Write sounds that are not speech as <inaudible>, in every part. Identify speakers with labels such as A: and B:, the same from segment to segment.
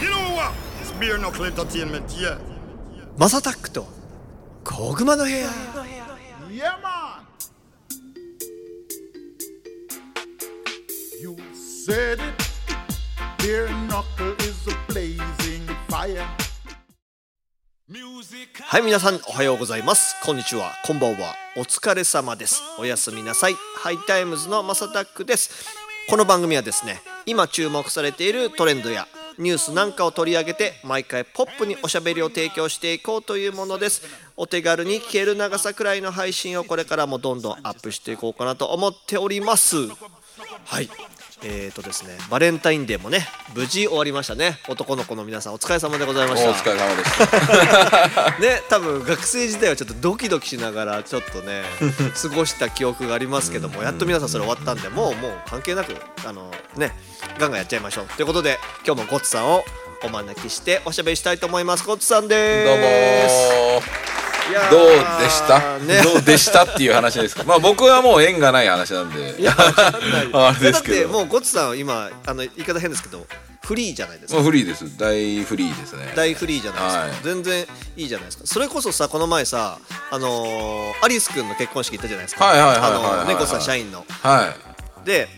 A: You know what? It's beer knuckle entertainment, yeah.
B: マサタックと小熊の部屋
A: Yeah, man. You said it. Beer knuckle is a blazing fire.
B: はい皆さんおはようございますこんにちはこんばんはお疲れ様ですおやすみなさいハイタイムズのマサタックですこの番組はですね今注目されているトレンドやニュースなんかを取り上げて毎回ポップにおしゃべりを提供していこうというものですお手軽に聞ける長さくらいの配信をこれからもどんどんアップしていこうかなと思っておりますはいえーとですねバレンタインデーもね無事終わりましたね男の子の皆さんお疲れ様でございました
C: お疲れ様でした。
B: ね多分学生時代はちょっとドキドキしながらちょっと
C: <laughs>
B: ね過ごした記憶がありますけどもやっと皆さんそれ終わったんでもうもう関係なくあのねガンガンやっちゃいましょうということで今日もゴッツさんをお招きしておしゃべりしたいと思いますゴッツさん
C: どうも
B: です
C: ー。
B: いやー
C: どうでした、
B: ね
C: どうでしたっていう話ですか。まあ僕はもう縁がない話なんで。
B: いやわかんない
C: <laughs> あれですけど
B: だってもうゴッツさんは今あの言い方変ですけどフリーじゃないです
C: も
B: か
C: うフリーです。大フリーですね。
B: 大フリーじゃないですか、
C: はい
B: 全然いいじゃないですかそれこそさこの前さあのーアリス君の結婚式行ったじゃないですか
C: はいはいはいはいはい
B: あの猫さん社員の
C: は
B: で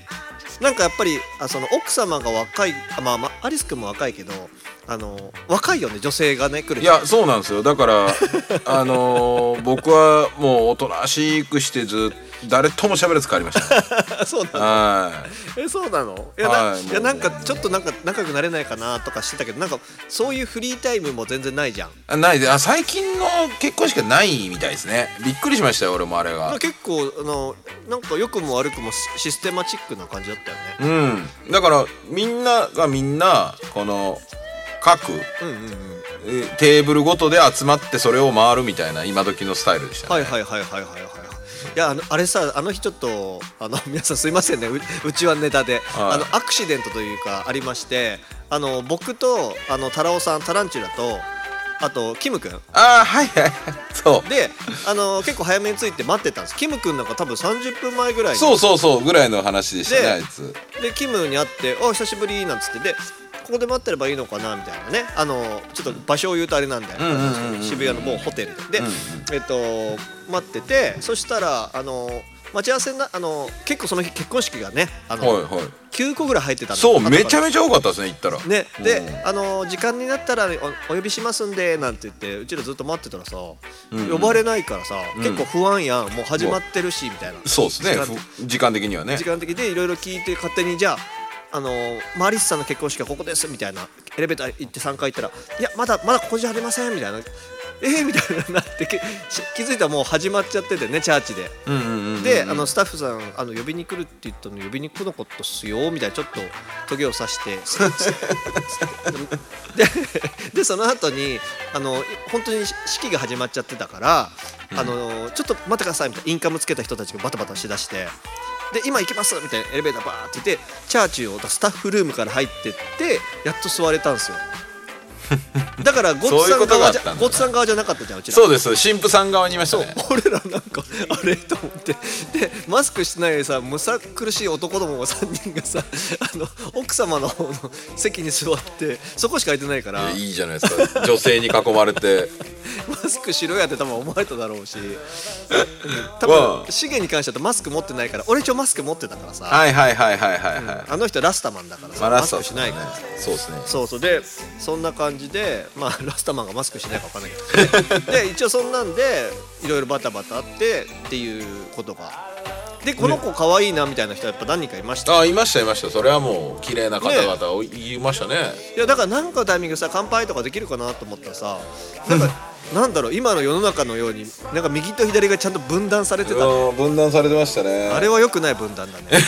B: なんかやっぱりあその奥様が若いあまあ、まあ、アリス君も若いけどあの若いよね女性がね来る
C: い。いやそうなんですよ。だから <laughs> あのー僕はもうおとなしくしてずっと誰とも喋らず変わりました
B: <laughs>
C: ね。
B: そうなの
C: は
B: えそうなのいや,、
C: はい
B: い、
C: もう
B: やなんかちょっとなんか仲良くなれないかなとかしてたけどなんかそういうフリータイムも全然ないじゃん
C: い。あないであ最近の結婚しかないみたいですね。びっくりしましたよ俺もあれが。
B: 結構あのなんか良くも悪くもシシステマチックな感じだったよね
C: うん、だからみんながみんなこの各、えテーブルごとで集まってそれを回るみたいな今時のスタイルでした、
B: はい
C: ね
B: はいはいはいはいはいはいいやあのあれさあの日ちょっとあの <laughs> 皆さんすいませんねううちはネタで、
C: はい
B: あのアクシデントというかありましてあの僕とあのタラオさんタランチュラとあとキムくん
C: ああはいはいはいそう
B: であの結構早めに着いて待ってたんですキムくんなんか多分30分前ぐらいに
C: そうそうそうぐらいの話でしたね
B: で
C: あいつ
B: でキムに会って「あ久しぶり」なんつってでここで待ってればいいのかなみたいなねあのちょっと場所を言うとあれなんだよ、
C: うんうんうんうん
B: 渋谷の某ホテルで、
C: うんうん
B: えっと待っててそしたらあの待ち合わせなあの結構その日結婚式がねあの、
C: はいはい
B: 9個ぐらい入ってたの
C: そうめちゃ
B: ちゃ
C: めちゃ多かったですね行ったら
B: ね、
C: う
B: で
C: ん
B: あの時間になったらおお呼びしますんでなんて言ってうちらずっと待ってたらさ、呼ばれないからさ、結構不安やんもう始まってるしみたいな
C: そうですね
B: 時間
C: ふ時間的にはね
B: 時間的でいろいろ聞いて勝手にじゃあ、あのマリスさんの結婚式はここですみたいなエレベーター行って3回行ったら「いやまだまだここじゃありません」みたいな「えー、みたいになってけし気づいたらもう始まっちゃっててねチャーチで。
C: うんうんうんうん
B: であのスタッフさんあの呼びに来るって言ったのに呼びに来なかったっすよみたいなちょっとトゲを刺
C: <laughs>
B: して <laughs> ででその後にあの本当に式が始まっちゃってたから、あのちょっと待ってくださいみたいなインカムつけた人たちがバタバタしだして。で今行きますみたいなエレベーターバーって言ってチャーチをスタッフルームから入ってってやっと座れたん
C: <laughs>
B: ですよだからゴッツさ
C: そうい
B: ん
C: うことが
B: 側
C: あっ
B: じ
C: たんだ
B: ゃゴッツさん側じゃなかったじゃんうちら
C: そうです新婦さん側にいましたね
B: <laughs> 俺らなんかあれと思ってでマスクしてないさむさ苦しい男どもが3人がさあの奥様の方の席に座ってそこしか空いてないから
C: いやいいじゃないですか女性に囲まれ
B: <laughs>
C: て
B: マスクしろやって多分思われただろうし多
C: わ
B: 分
C: あ
B: 資源に関してはマスク持ってないから俺一応マスク持ってたからさ
C: はいはいはいはいはいはい、
B: あの人ラスタマンだから
C: ま
B: さ
C: あ
B: マ
C: ラス
B: ス
C: ト
B: クしないからさ
C: そうですね
B: そうそうでそんな感じでまあ <laughs> ラスタマンがマスクしないか分かんないけ
C: <laughs>
B: どでで一応そんなんでいろいろバタバタあってっていうことがでこの子可愛いなみたいな人はやっぱ何人かいました、
C: あいましたいましたそれはもう綺麗な方々をいましたね
B: いやだから何かのタイミングでさ乾杯とかできるかなと思ったらさなんかなんだろう今の世の中のようになんか右と左がちゃんと分断されてたね
C: うん分断されてましたね
B: あれは良くない分断だね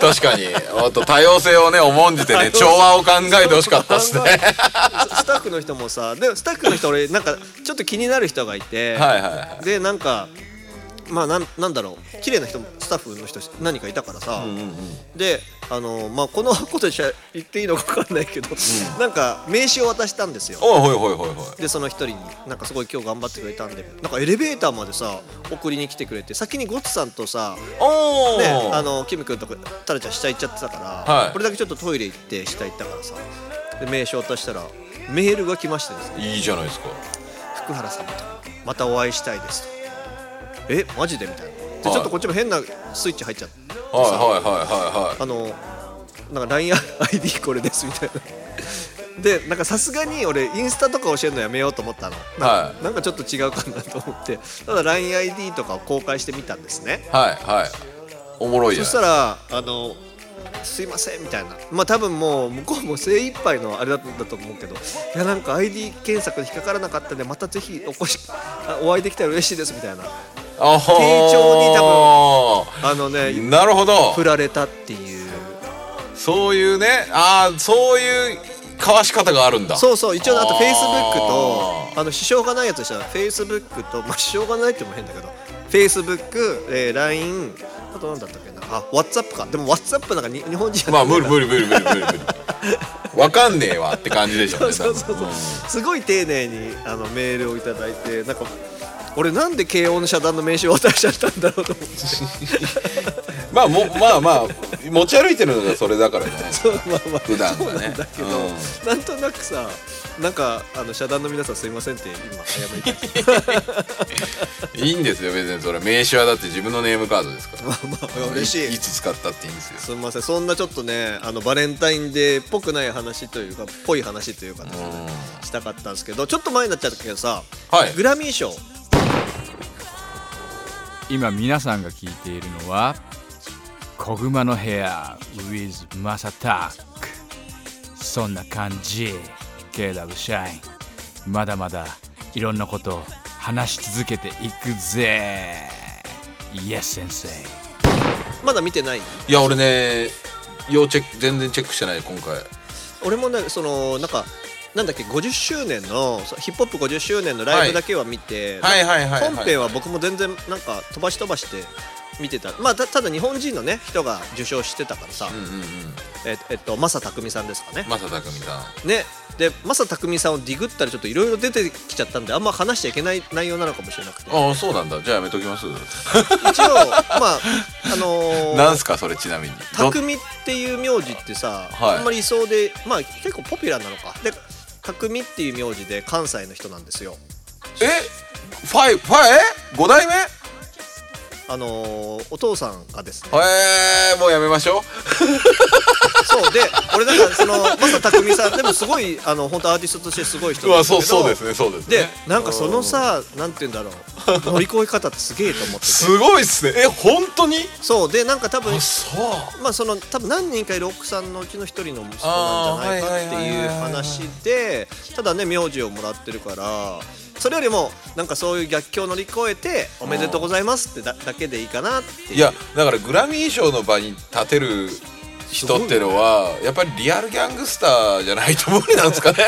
C: 確かにあと多様性をね重ん
B: <laughs>
C: じてね調和を考えてほしかったっすね
B: スタッフの人もさでスタッフの人俺なんかちょっと気になる人がいて
C: <laughs> はいはいは
B: でなんかまあなんなんだろう綺麗な人もスタッフの人何人かいたからさ、であの、まあ、このことじゃ言っていいのか分かんないけど、なんか名刺を渡したんですよ
C: おいほいほいほいほい
B: でその一人になんかすごい今日頑張ってくれたんでなんかエレベーターまでさ送りに来てくれて先にゴッツさんとさ、
C: おお、
B: ね、あのキム君とかタラちゃん下行っちゃってたから、
C: はい
B: 俺だけちょっとトイレ行って下行ったからさで名称としたらメールが来ましてですね
C: いいじゃないですか
B: 福原様とまたお会いしたいですとえマジでみたいなで
C: はい
B: ちょっとこっちも変なスイッチ入っちゃって
C: はいはいはいはいはい
B: あのなんか LINEID これですみたいな <laughs> でなんかさすがに俺インスタとか教えるのやめようと思ったのな,、
C: は
B: なんかちょっと違うかなと思ってただ LINEID とかを公開してみたんですね
C: はいはいおもろいじ
B: そ
C: ゃな
B: し
C: い
B: たらあのすいませんみたいなまあ多分もう向こうも精一杯のあれだったと思うけどいやなんか ID 検索で引っかからなかったんでまたぜひお越しあお会いできたら嬉しいですみたいな
C: あほー
B: 丁重に多あのね
C: なるほど
B: 振られたっていう
C: そういうねああそういう交わし方があるんだ
B: そうそう一応あと
C: あー
B: フェイスブックとあの支障がないやつでしたらフェイスブックとまあ支障がないっても変だけどフェイスブック、えー、LINE あと何だったっけなあ WhatsApp かでも WhatsApp なんかに日本人
C: まあ無
B: 理
C: 理無理無理無理無理無理わかんねえわって感じでしょうね
B: そうそうそうすごい丁寧にあのメールをいただいてなんか俺なんで慶応の社団の名刺を渡しちゃったんだろうと思って
C: まあもまあまあ持ち歩いてるのがそれだからね
B: そうまあまあ
C: 普段
B: <laughs> そう
C: はね
B: なんだけど、
C: う
B: なんとなくさなんかあの社団の皆さんすいませんって今謝りたい
C: <laughs> いいんですよ別にそれ名刺はだって自分のネームカードですから <laughs>
B: まあまあ嬉しい
C: いつ使ったっていいんですよ
B: すみませんそんなちょっとねあのバレンタインデーっぽくない話というかっぽい話というかね、したかったんですけどちょっと前になっちゃったけどさ、
C: はい
B: グラミー賞
D: 今皆さんが聞いているのは「小熊の部屋 with マサタック」そんな感じ KW シャインまだまだいろんなことを話し続けていくぜイエス先生
B: まだ見てない
C: いや俺ね要チェック全然チェックしてない今回
B: 俺もねそのなんかなんだっけ50周年のそうヒップホップ50周年のライブだけは見て、
C: はいはいはいはいはい
B: 本編は僕も全然なんか飛ばし飛ばして見てたまあたただ日本人のね人が受賞してたからさ、
C: うんうんうん
B: えっとえっとマサタクミさんですかね、
C: 正匠さん
B: ねでマサタクミさんをディグったらちょっといろいろ出てきちゃったんであんま話しちゃいけない内容なのかもしれなくて
C: ああそうなんだじゃあやめときます
B: 一応まああのー
C: なんすかそれちなみにど
B: 匠っていう名字ってさ、
C: はい
B: あんまりいそうでまあ結構ポピュラーなのかで匠っていう名字で関西の人なんですよ
C: えファイファイえ5代目
B: あのーお父さんがですね
C: えー、もうやめましょ
B: そうで俺なんかそのマサタクミさんでもすごいあの本当アーティストとしてすごい人
C: うう
B: なん
C: わ
B: ですけど
C: そうそうですねそうですね
B: でなんかそのさなんて言うんだろう乗り越え方ってすげえと思ってて
C: すごいっすねえ本当に
B: そうでなんか多分
C: そう
B: まあその多分何人かいる奥さんのうちの一人の息子なんじゃないかって
C: あーはいはいはい
B: いう
C: はい
B: 話でただね名字をもらってるからそれよりもなんかそういう逆境を乗り越えて「おめでとうございます」ってだだけでいいかなっていう
C: いやだからグラミー賞の場に立てる人ってのは、やっぱりリアルギャングスターじゃないと無理なんです <laughs> かね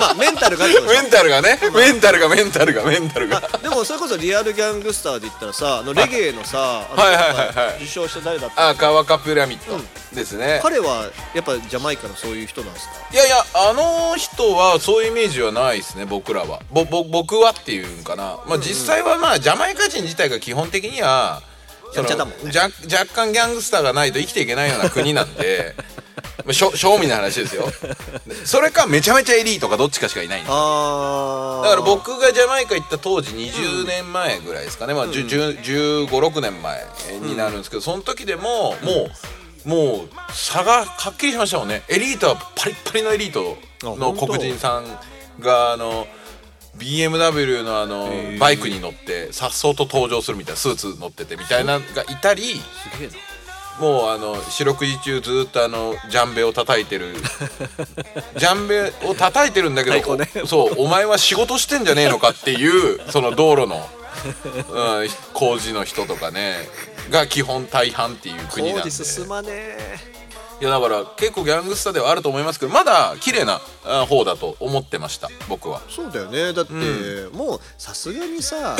B: まあメンタルがあるかもしれ
C: メ
B: ない
C: ンタルがねメンタルがメンタルがメンタルが
B: でもそれこそリアルギャングスターで言ったらさあのレゲエのさあの
C: はいはいはいはい
B: 受賞した誰だった
C: あ川カピラミッドですね、
B: 彼はやっぱジャマイカのそういう人なんですか
C: いやいやあの人はそういうイメージはないですね僕らはぼぼ僕はっていうんかな、まあ、実際はまあジャマイカ人自体が基本的には
B: や
C: その
B: んちゃだもんね
C: じゃ若干ギャングスターがないと生きていけないような国なんでまあしょ正味な話ですよそれかめちゃめちゃエリートかどっちかしかいないんです
B: ああ
C: だから僕がジャマイカ行った当時20年前ぐらいですかね、まあ、1 5 6年前になるんですけど、その時でももう、もう差がはっきりしましたもんねエリートはパリッパリのエリート
B: あ
C: の
B: 本当
C: 黒人さんがあの BMW のあのバイクに乗ってさっそうと登場するみたいなスーツ乗っててみたいなのがいたり
B: すげえな
C: もうあの四六時中ずっとあのジャンベを叩い
B: <laughs>
C: てるジャンベを叩いてるんだけ
B: 太
C: ど、
B: 鼓ね
C: そうお前は仕事してんじゃねえのかっ
B: <laughs>
C: ていうその道路の、うん、工事の人とかねが基本大半っていう国なん
B: 工
C: で
B: 事進
C: い
B: まねえ
C: やだから結構ギャングスターではあると思いますけどまだ綺麗なあ方だと思ってました僕は。
B: そうだよねだって、もうさすがにさ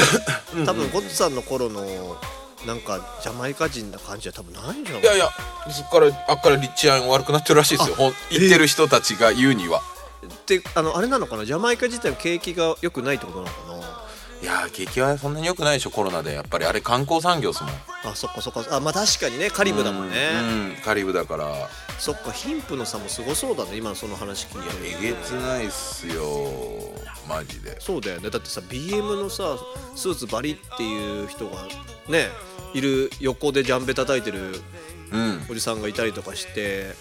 B: 多分ゴッツさんの頃のなんかジャマイカ人な感じは多分ないんじゃない
C: いやいやそっからあっから立地案悪くなってるらしいですよほん言ってる人たちが言うには。
B: ってあのあれなのかなジャマイカ自体の景気が良くないってことなのかな
C: やー景気はそんなに良くないでしょコロナでやっぱりあれ観光産業ですもん
B: あそっかそっかあまあ確かにねカリブだもんね、
C: うんカリブだから
B: そっか貧富の差もすごそうだね今のその話聞いてる
C: えげつないっすよマジで
B: そうだよねだってさ BM のさスーツバリっていう人がねいる横でジャンベ叩いてる
C: うん
B: おじさんがいたりとかして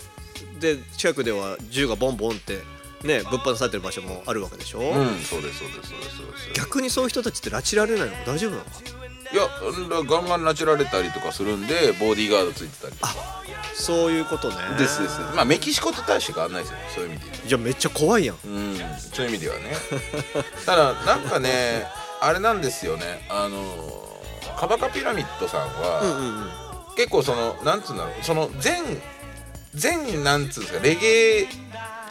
B: で近くでは銃がボンボンってねぶっ放されてる場所もあるわけでしょ、
C: うんそうですそうですそうですそうです
B: 逆にそういう人たちって拉致られないのか大丈夫なのか
C: いやガンガン拉致られたりとかするんでボディーガードついてたりとか
B: そういうことね
C: ですですまあメキシコと大して変わんないですよそういう意味で言うと
B: じゃあめっちゃ怖いやん
C: うん、そういう意味ではねただなんかねあれなんですよねあのカバカピラミッドさん
B: う
C: は、
B: んうん
C: 結構そのなんつうんだろうその全全なんつうんですかレゲエ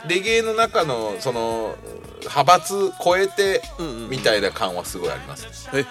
C: レゲエの中のその派閥超えて
B: んうん
C: みたいな感はすごいあります、
B: え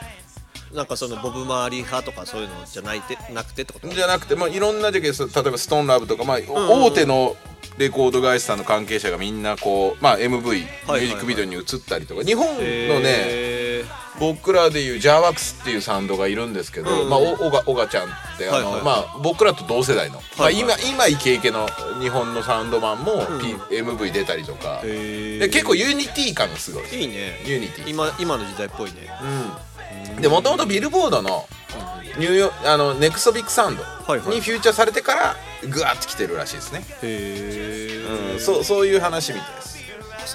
B: なんかそのボブ・マーリー派とかそういうのじゃないてなくてってこと
C: じゃなくて、まあ、いろんな時例えばストーンラブとか、まあ
B: んうん
C: 大手のレコード会社さんの関係者がみんなこう、まあ、MV、ミュ
B: はいはい
C: ージックビデオに映ったりとか日本のね
B: へー
C: 僕らでいうジャーワックスっていうサウンドがいるんですけど、
B: うん
C: まあ、おおがおがちゃんってあの、
B: はいはい
C: まあ、僕らと同世代の、
B: はいはい
C: まあ、今今イケイケの日本のサウンドマンも、P MV 出たりとか、
B: へー
C: で結構ユニティ感がすごいです
B: いいね
C: ユニティ
B: 今今の時代っぽいね
C: でもともとビルボードのニューヨあのネクソビックサウン
B: い
C: ド
B: はい
C: にフューチャーされてからグワッと来てるらしいですね、
B: へ
C: うん
B: え
C: そうそういう話みたいです、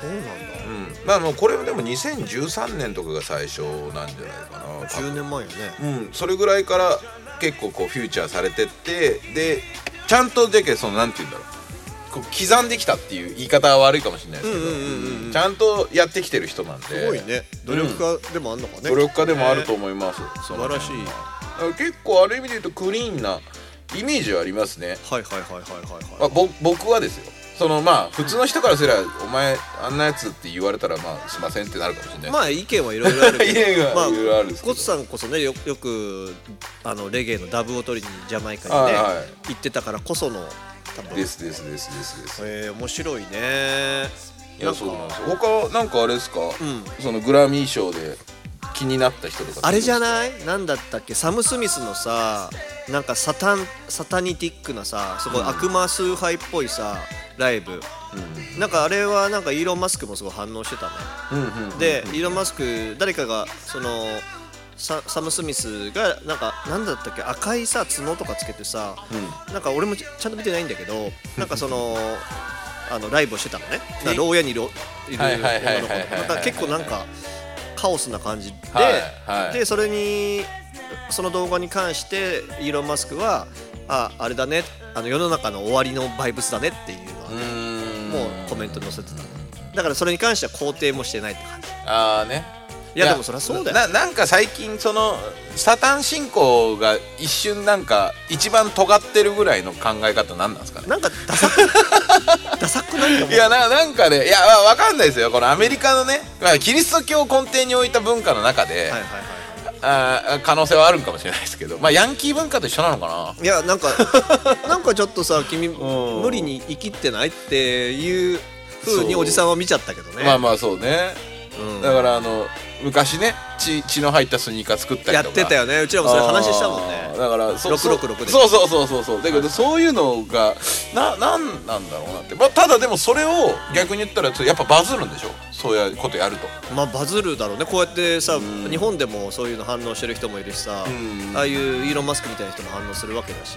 B: そうなんだ
C: うん、まあもうこれもでも2013年とかが最初なんじゃないかな多分
B: 10年前よね
C: うん、それぐらいから結構こうフューチャーされてってでちゃんとじゃけそのなんて言うんだろうこう刻んできたっていう言い方は悪いかもしれないですけど、ちゃんとやってきてる人なんです
B: ごいね努力家でもあんのかね
C: 努力家でもあると
B: ね
C: 思います、そ
B: 素
C: の
B: 晴
C: 辺
B: らしい
C: 結構ある意味で言うとクリーンなイメージはありますね、
B: はいはいはいはいは
C: まあ、ぼ僕はですよそのまあ普通の人からすれば「お前あんなやつ」って言われたらまあすいませんってなるかもしれない
B: <laughs> いまあ意見はいろいろあるけど
C: 意見が
B: ま
C: いろいろあるんですけど
B: コツさんこそねよよくあのレゲエのダブを取りにジャマイカに
C: はい
B: ね
C: はい
B: 行ってたからこその多分
C: ですですですですです
B: えー、面白いね
C: いやそうなんですよ他なんかあれですか、
B: ん
C: そのグラミー賞で気になった人とか
B: あれじゃ
C: い
B: ないなんだったっけサム・スミスのさなんかサタンサタニティックなさすごい悪魔崇拝っぽいさライブなんかあれはなんかイーロン・マスクもすごい反応してたね
C: うんうんうん
B: でイーロン・マスク誰かがそのササム・スミスがなんかなんだったっけ赤いさ角とかつけてさ、なんか俺もちちゃんと見てないんだけ
C: <laughs>
B: どなんかそのあのライブをしてたのねだから牢屋にいるいる
C: は
B: 女
C: いはいはいはい
B: の子
C: はいはい
B: だから結構なんかカオスな感じで、
C: はいはい
B: でそれにその動画に関してイーロン・マスクはああれだねあの世の中の終わりのバイブスだねっていうのは
C: うーん
B: もうコメント載せてただからそれに関しては肯定もしてないって感じ
C: ああね
B: いやでもそりゃそうだよ
C: ななんか最近そのサタン信仰が一瞬なんか一番尖ってるぐらいの考え方なんなんですかね
B: なんかダサくダサくないかも
C: いやななんかねいやわわかんないですよこのアメリカのね、まあ、キリスト教を根底に置いた文化の中で、
B: はいはいは
C: あー可能性はあるんかもしれないですけどまあヤンキー文化と一緒なのかない
B: いやなんか <laughs> なんかちょっとさ君無理に生きってないっていう風におじさんは見ちゃったけどね
C: まあまあそうね、
B: うん
C: だからあの昔ね血血の入ったスニーカー作ったり
B: や
C: とか
B: ってたよねうちらもそれ話したもん
C: あ
B: ね
C: ーだからそそ
B: 666で
C: そうそうそうそうそうだけどそういうのがななんなんだろうなって、まあ、ただでもそれを逆に言ったらちょっとやっぱバズるんでしょそういうことやると
B: まあバズるだろうねこうやってさ日本でもそういうの反応してる人もいるしさ
C: うん
B: ああいうイーロン・マスクみたいな人も反応するわけだし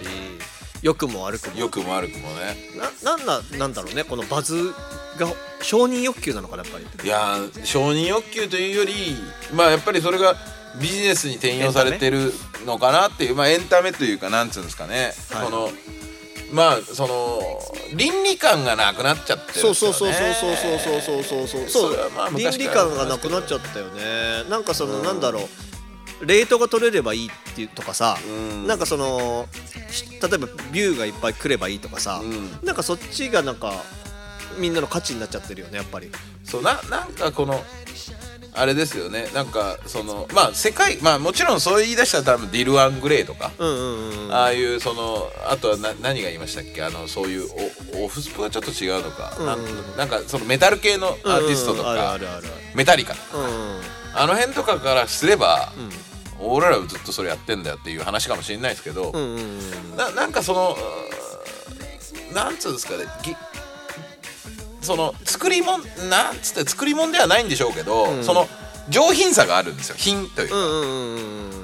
B: 良くも悪くも
C: 良くも悪くもね
B: ななんななんだろうねこのバズが承認欲求なのかなやっぱり
C: いやー承認欲求というよりまあやっぱりそれがビジネスに転用されてるのかなっていうまあエンタメというかなんつうんですかね、
B: はい
C: このまあその倫理観がなくなっちゃってるんですよ
B: そう
C: ね
B: そうそうそうそうそうそうそうそうそ
C: そ
B: う
C: れはまあ
B: 倫
C: 昔
B: 理
C: から
B: 観がなくなっちゃったよねなんかそのなんだろうレートが取れればいいっていうとかさ
C: ん
B: なんかそのし例えばビューがいっぱい来ればいいとかさ
C: う
B: なんかそっちがなんかみんなの価値になっちゃってるよねやっぱり
C: そうななんかこのあれですよねなんかそのまあ世界まあもちろんそう言い出したら多分ディル・アングレイとか、
B: うんうんうんうん
C: ああいうそのあとはな何が言いましたっけあのそういうおオフスプはちょっと違うのか、なんなんかそのメタル系のアーティストと
B: うんうんあ
C: か、
B: るあるある
C: メタリカとか
B: うん
C: あの辺とかからすれば、俺らはずっとそれやってんだよっていう話かもしれないですけど、
B: うんうん
C: ななんかそのうーんなんつうんですかねぎその作り物なんつって作り物ではないんでしょうけど、その上品さがあるんですよ品というか、
B: うんうんうん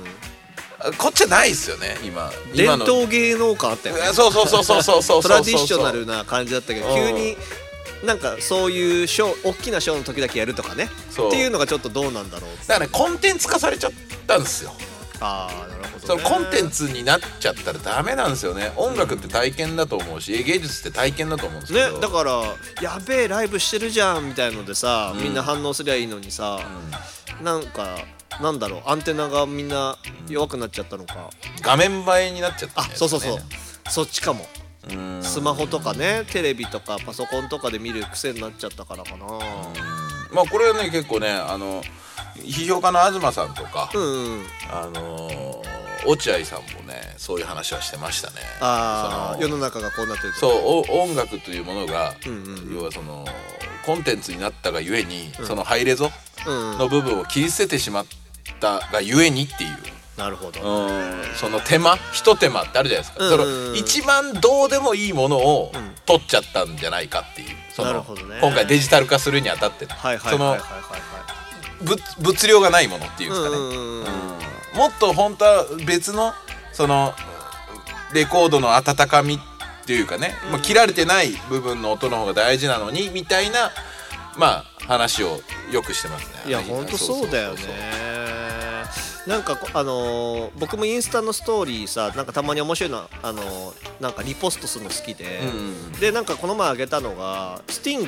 C: こっちはないですよね今
B: 伝
C: 今の
B: 統芸能感あったよね
C: え <laughs> そうそうそうそうそうそうそうそう
B: トラディショナルな感じだったけど
C: うん
B: 急になんかそういうショー大きなショーの時だけやるとかね
C: そう
B: っていうのがちょっとどうなんだろう
C: だからねコンテンツ化されちゃったんですよ
B: ああなるほど、
C: そ
B: ね、
C: のコンテンツになっちゃったらダメなんですよね音楽って体験だと思うし芸術って体験だと思うんですけ
B: ね
C: ど、
B: だから「やべえライブしてるじゃん」みたいのでさ、みんな反応すりゃいいのにさ、なんかなんだろうアンテナがみんな弱くなっちゃったのか、
C: 画面映えになっちゃった
B: あ
C: んじゃないです
B: そう
C: かね
B: そうそうそっちかもスマホとかねテレビとかパソコンとかで見る癖になっちゃったからかな
C: まあこれはね結構ねあの批評家の東さんとか、
B: うん、うん、
C: あのー落合さんもねそういう話はしてましたね
B: ああ
C: そ
B: 世
C: の
B: の中がこうなってると
C: そうお音楽というものが、要はそのコンテンツになったがゆえに、そのハイレゾ
B: うんうん
C: の部分を切り捨ててしまったがゆえにっていう、
B: なるほど、
C: うんその手間ひと手間ってあるじゃないですか、
B: うんうんうん
C: その一番どうでもいいものを取っちゃったんじゃないかっていうその
B: なるほどね
C: 今回デジタル化するにあたってね
B: はいはい
C: そ
B: はいはいは
C: の
B: いは
C: 物物量がないものっていうんですかね、
B: いうんうん
C: もっと本当は別のそのレコードの温かみっていうかね、まあ、切られてない部分の音の方が大事なのにみたいなまあ話をよくしてますね。
B: いやほんとそうだよね
C: そうそう
B: なんかこあのー僕もインスタのストーリーさなんかたまに面白いのあのーなんかリポストするの好きで、
C: そううん
B: でなんかこの前あげたのがスティング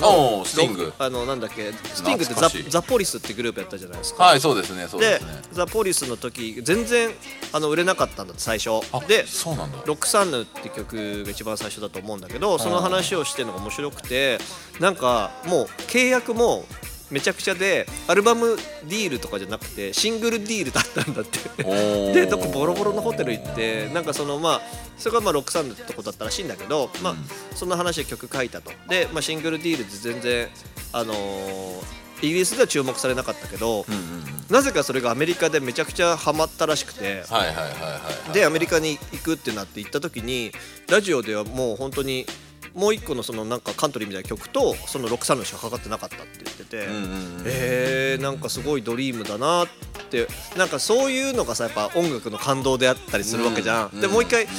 C: おースティング
B: あのなんだっけスティングってザ
C: 懐かしい
B: ザ・ポリスってグループやったじゃないですか、
C: はいそうですねそうで
B: です
C: ね。
B: ザ・ポリスの時全然あの売れなかったんだって最初
C: あ
B: で
C: そうなんだ。
B: ロックサンヌって曲が一番最初だと思うんだけどその話をしてるのが面白くてなんかもう契約もめちゃくちゃでアルバムディールとかじゃなくてシングルディールだったんだって <laughs> でどこボロボロのホテル行ってなんかそのまあそれがまあロックサンドってことだったらしいんだけど、まあそんな話で曲書いたとで、まあ、シングルディールで全然あのーイギリスでは注目されなかったけど、
C: うんうんうん
B: なぜかそれがアメリカでめちゃくちゃハマったらしくて、
C: はいはいはいはいはい。
B: でアメリカに行くってなって行った時にラジオではもう本当にもう一個のそのなんかカントリーみたいな曲とそのロックサンドしかかかってなかったって言ってて、
C: うんうんうん
B: えー、なんかすごいドリームだなってなんかそういうのがさやっぱ音楽の感動であったりするわけじゃん。
C: うん
B: でもう一回
C: うん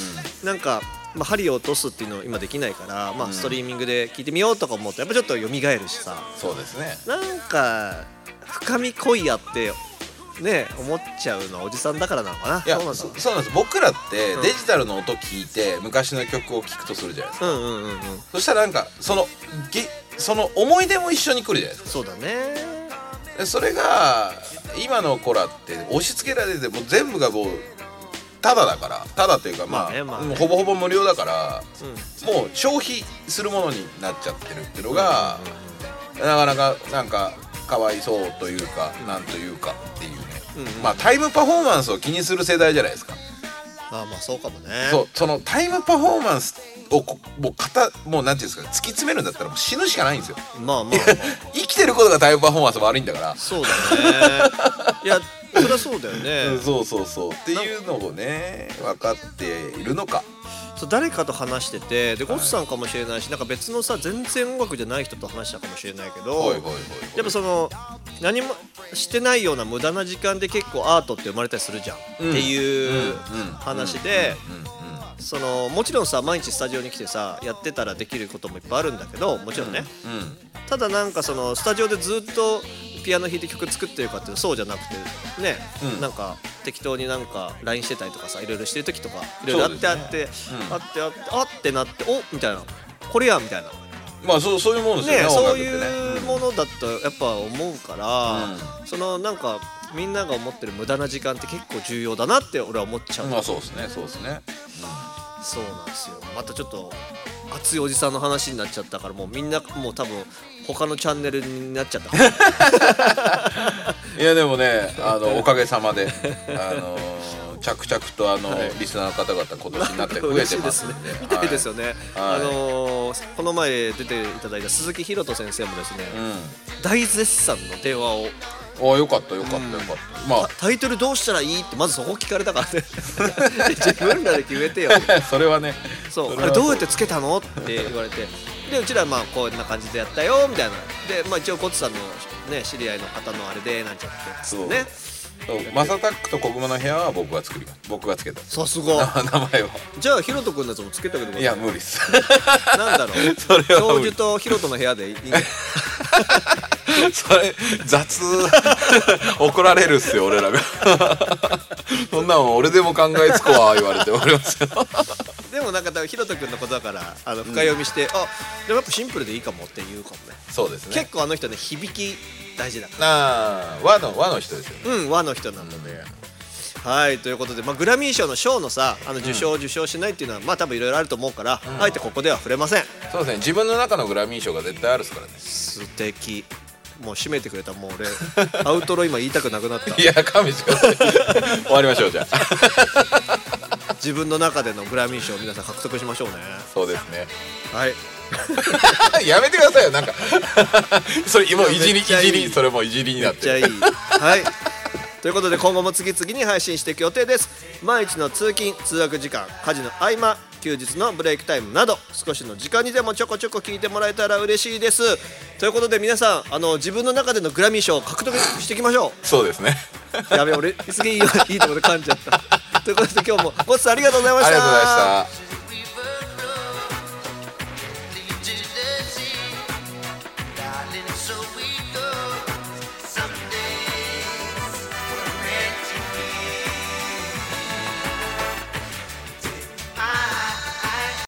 B: なんかまあ、針を落とすっていうのを今できないから、まあ、ストリーミングで聞いてみようとか思うとやっぱちょっと蘇るしさ
C: そうですね。
B: なんか深み濃いやってね思っちゃうのはおじさんだからなのかない
C: や
B: そうなんだ
C: そそうなんです僕らって
B: うん
C: デジタルの音聞いて昔の曲を聞くとするじゃないですか、
B: うんうんうんうん
C: そしたらなんかそのげその思い出も一緒に来るじゃないです
B: そうだね
C: かでそれが今の子らって押し付けられてもう全部がもうただだからただというかま
B: ま
C: あ、
B: あねまあね
C: もうほぼほぼ無料だから
B: うん
C: もう消費するものになっちゃってるっていうのが、なかなかなんかかわいそうというか、なんというかっていうね、
B: うんうん
C: まあタイムパフォーマンスを気にする世代じゃないですか
B: ああまあそうかもね
C: そうそのタイムパフォーマンスをこもう型もうなんていうんですか突き詰めるんだったらもう死ぬしかないんですよ
B: まあまあ、まあ、
C: <laughs> 生きてることがタイムパフォーマンス悪いんだから、
B: そう
C: <laughs>
B: だねいやそりゃそうだよ
C: うん
B: ね
C: そうそうそうっていうのをね分かっているのか
B: そう誰かと話しててでゴッツさんかもしれないしなんか別のさ全然音楽じゃない人と話したかもしれないけど
C: ほいほいほい
B: やっぱその何もしてないような無駄な時間で結構アートって生まれたりするじゃん、
C: うん
B: っていう
C: うんうん
B: 話で、
C: うんう
B: そのもちろんさ毎日スタジオに来てさやってたらできることもいっぱいあるんだけどもちろんね、
C: んうん
B: ただなんかそのスタジオでずっとピアノ弾いて曲作ってるかっていうとそうじゃなくてね、
C: うん
B: なんか適当になんか LINE してたりとかさいろいろしてる時とかいろいろあってあ
C: そう
B: っ
C: で
B: て、
C: うん
B: あってあってあってなっておみたいなこれやみたいな
C: まあそうそういうもんですよね
B: ね
C: 音楽っ
B: そう
C: てね
B: いうものだとやっぱ思うから、そのなんかみんなが思ってる無駄な時間って結構重要だなって俺は思っちゃう、
C: うんまあそうですねそうですね
B: そうなんですよまたちょっと熱いおじさんの話になっちゃったからもうみんなもう多分他のチャンネルになっちゃったから
C: いやでもねあ
B: <laughs>
C: のおかげさまであの着々とあの、リスナーの方々今年になって増えてます
B: 嬉しい
C: んで
B: ですね。みたいですよね。
C: はい
B: あのーこの前出ていただいた鈴木ひろと先生もですね、
C: はいうん
B: 大絶賛の電話を
C: ああよかったよかったよかった、まあ
B: タイトルどうしたらいいってまずそこ聞かれたからね <laughs> 自分らで決めてよ
C: <laughs> それはね
B: そう
C: れは
B: あれどうやってつけたのって言われてでうちらまあこんな感じでやったよみたいなで、まあ、一応コツさんの、ね、知り合いの方のあれでなんちゃって
C: そう
B: ね
C: そうマサタックと小熊の部屋は僕が作ります僕がつけた
B: さすが
C: <laughs> 名前を
B: じゃあヒロト君のやつもつけたけど
C: いや無理です
B: なんだろ <laughs> う
C: それは
B: 教授とヒロトの部屋でいい
C: それ雑 <laughs> 怒られるっすよ俺らが <laughs> そんなん俺でも考えつくわ言われておりますよ
B: でもなんか多分ヒロト君のことだからあの深読みして、あでもやっぱシンプルでいいかもって言うかもね
C: そうですね
B: 結構あの人ね響き大事だか
C: なあ和の和の人ですよね
B: らうん和の人なので、はいということで、まあ、グラミー賞の賞のさあの受賞、受賞しないっていうのはまあ多分いろいろあると思うから、あえてここでは触れません
C: そうですね自分の中のグラミー賞が絶対あるっすからね
B: 素敵もう締めてくれたもう <laughs> 俺アウトロ今言いたくなくなった
C: いや加味してください <laughs> 終わりましょうじゃあ
B: 自分の中でのグラミー賞を皆さん獲得しましょうね
C: そうですね
B: はい
C: <laughs> やめてくださいよなん <laughs> かそれもういじり
B: め
C: い
B: っちゃいい
C: じりそれもういじりにな
B: め
C: っ
B: っちゃ
C: て
B: いい
C: る
B: はいということで今後も次々に配信していく予定です毎日の通勤通学時間家事の合間休日のブレイクタイムなど少しの時間にでもちょこちょこ聞いてもらえたら嬉しいですということで皆さんあの自分の中でのグラミー賞を獲得していきましょ
C: そうですね
B: うやべ俺すげえいいよいいとこで噛んじゃったということで今日もごっつありがとうございま
C: あ
B: し
C: り
B: た
C: がとうございました
E: So we